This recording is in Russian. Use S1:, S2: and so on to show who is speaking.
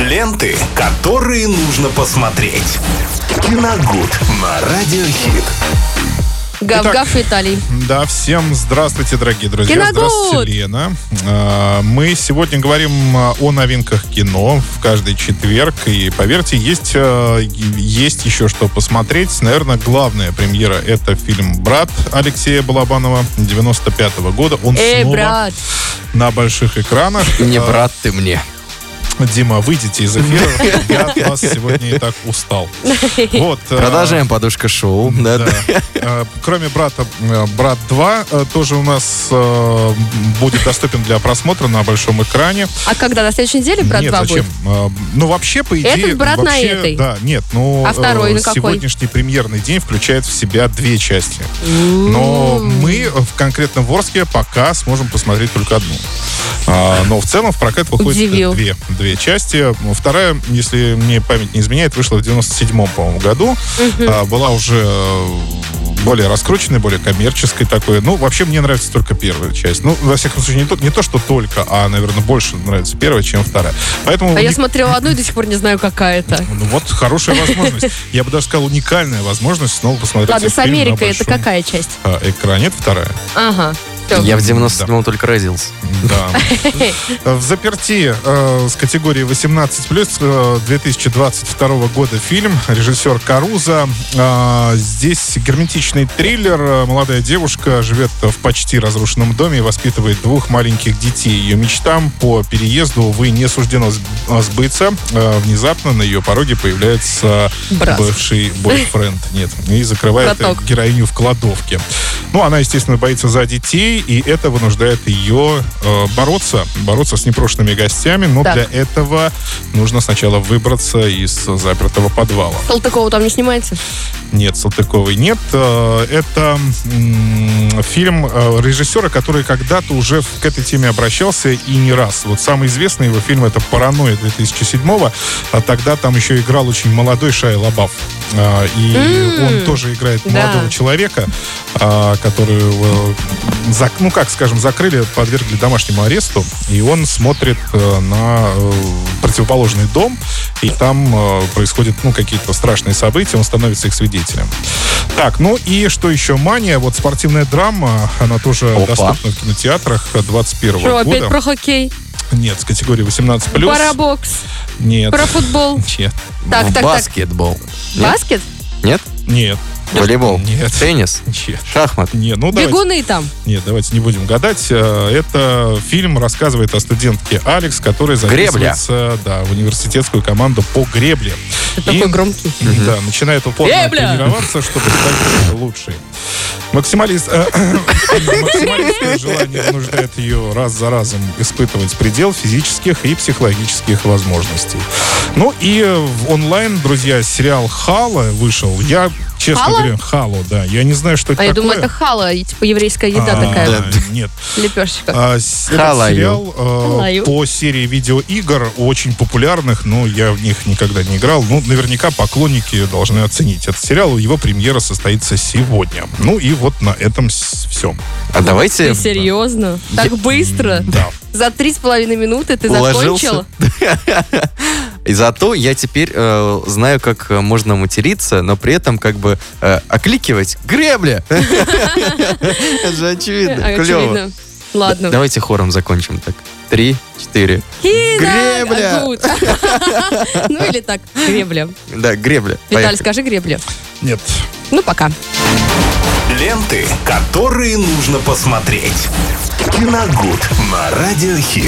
S1: Ленты, которые нужно посмотреть. Киногуд на радиохит.
S2: Гав-гав Виталий.
S3: Да, всем здравствуйте, дорогие друзья.
S2: Киногуд!
S3: Здравствуйте, Лена. Э, Мы сегодня говорим э, о новинках кино в каждый четверг. И поверьте, есть, э, есть еще что посмотреть. Наверное, главная премьера — это фильм «Брат» Алексея Балабанова 95 года. Он
S2: Эй,
S3: снова
S2: Э, брат.
S3: на больших экранах.
S4: Не
S3: Э,
S4: брат ты мне.
S3: Дима, выйдите из эфира. Я от вас сегодня и так устал. Вот, э,
S4: Продолжаем подушка шоу. Да, да.
S3: да. Э, Кроме брата, э, брат 2 э, тоже у нас э, будет доступен для просмотра на большом экране.
S2: А когда? На следующей неделе брат
S3: нет,
S2: 2
S3: зачем?
S2: будет?
S3: Э, Ну, вообще, по идее...
S2: Этот брат на
S3: вообще,
S2: этой.
S3: Да, нет, ну...
S2: А второй
S3: э,
S2: на какой?
S3: Сегодняшний премьерный день включает в себя две части. Но мы в конкретном Ворске пока сможем посмотреть только одну. А, Но в целом в прокат выходит
S2: Удивил.
S3: две, две части. Вторая, если мне память не изменяет, вышла в 97-м, по-моему, году. А, Была уже э, более раскрученной, более коммерческой такой. Ну, вообще, мне нравится только первая часть. Ну, во всяком случае, не то, не то что только, а, наверное, больше нравится первая, чем вторая. Поэтому...
S2: А я
S3: уни-
S2: смотрела одну и до сих пор не знаю, какая это.
S3: Ну, вот хорошая возможность. Я бы даже сказал, уникальная возможность снова посмотреть
S2: Ладно,
S3: этот
S2: с
S3: фильм на
S2: Америкой это
S3: большом,
S2: какая часть?
S3: а, Экране, это вторая.
S2: Ага. Всё.
S4: Я в 97-м только родился.
S3: Да. В заперти э, с категории 18+, э, 2022 года фильм, режиссер Каруза. Э, здесь герметичный триллер. Э, Молодая девушка живет в почти разрушенном доме и воспитывает двух маленьких детей. Ее мечтам по переезду, увы, не суждено сб- сбыться. Э, внезапно на ее пороге появляется
S2: Брат.
S3: бывший бойфренд. Нет, и закрывает
S2: Каток.
S3: героиню в кладовке. Ну, она, естественно, боится за детей, и это вынуждает ее э, бороться, бороться с непрошенными гостями, но
S2: Так.
S3: для этого нужно сначала выбраться из запертого подвала.
S2: Салтыкова там не снимается?
S3: Нет, Салтыковой нет. Э, Это м, фильм э, режиссера, который когда-то уже в- к этой теме обращался и не раз. Вот самый известный его фильм это «Паранойя» 2007-го, а тогда там еще играл очень молодой Шай Лабаф. А, И он тоже играет
S2: да.
S3: молодого человека, а, которую, э, зак- ну как скажем, закрыли, подвергли домашнему аресту, и он смотрит э, на э, противоположный дом, и там э, происходят ну, какие-то страшные события, он становится их свидетелем. Так, ну и что еще? «Мания», вот спортивная драма, она тоже
S4: Опа.
S3: доступна в кинотеатрах 21
S2: Что, опять
S3: года.
S2: про хоккей?
S3: Нет, с категории 18+.
S2: Про бокс?
S3: Нет.
S2: Про футбол?
S3: Нет.
S2: Так,
S4: В
S2: так, так.
S4: Баскетбол. Нет?
S2: Баскет?
S4: Нет?
S3: Нет.
S4: Волейбол?
S3: Нет.
S4: Теннис?
S3: Нет.
S4: Шахмат?
S3: Не, ну давайте.
S2: Бегуны там.
S3: Нет, давайте не будем гадать. Э, Это фильм рассказывает о студентке Алекс, которая
S4: Гребля.
S3: записывается да, в университетскую команду по гребле.
S2: Ты
S3: И,
S2: такой громкий.
S3: Да, начинает упорно
S2: Гребля!
S3: тренироваться, чтобы стать лучшей. Максималист, э, максималистское желание вынуждает ее раз за разом испытывать предел физических и психологических возможностей. Ну и в онлайн, друзья, сериал «Хала» вышел. Я, честно
S2: «Хала»?
S3: говоря, «Хало», да. Я не знаю, что это
S2: А я
S3: такое.
S2: думаю, это хала, и, типа еврейская еда
S3: А,
S2: такая.
S3: да, Нет.
S2: Лепешечка.
S3: А, с-
S4: Халаю.
S3: Этот сериал э,
S2: Халаю.
S3: по серии видеоигр очень популярных, но я в них никогда не играл. Ну, наверняка поклонники должны оценить этот сериал. Его премьера состоится сегодня. Ну и вот на этом все.
S2: Ну,
S4: А давайте...
S2: Ты серьезно? Так быстро?
S3: Да.
S2: За три с половиной минуты ты закончил?
S4: Уложился. И зато я теперь э, знаю, как э, можно материться, но при этом как бы э, окликивать гребля. Это же очевидно. Клево.
S2: А, Очевидно. Ладно.
S4: Давайте хором закончим так. Три, четыре.
S2: Кидай!
S4: Гребля!
S2: Гуд. Ну или так, гребля.
S4: Да, гребля.
S2: Виталь,
S4: Поехали.
S2: скажи гребля.
S3: Нет.
S2: Ну, пока.
S1: Ленты, которые нужно посмотреть. Киногуд на радиохит.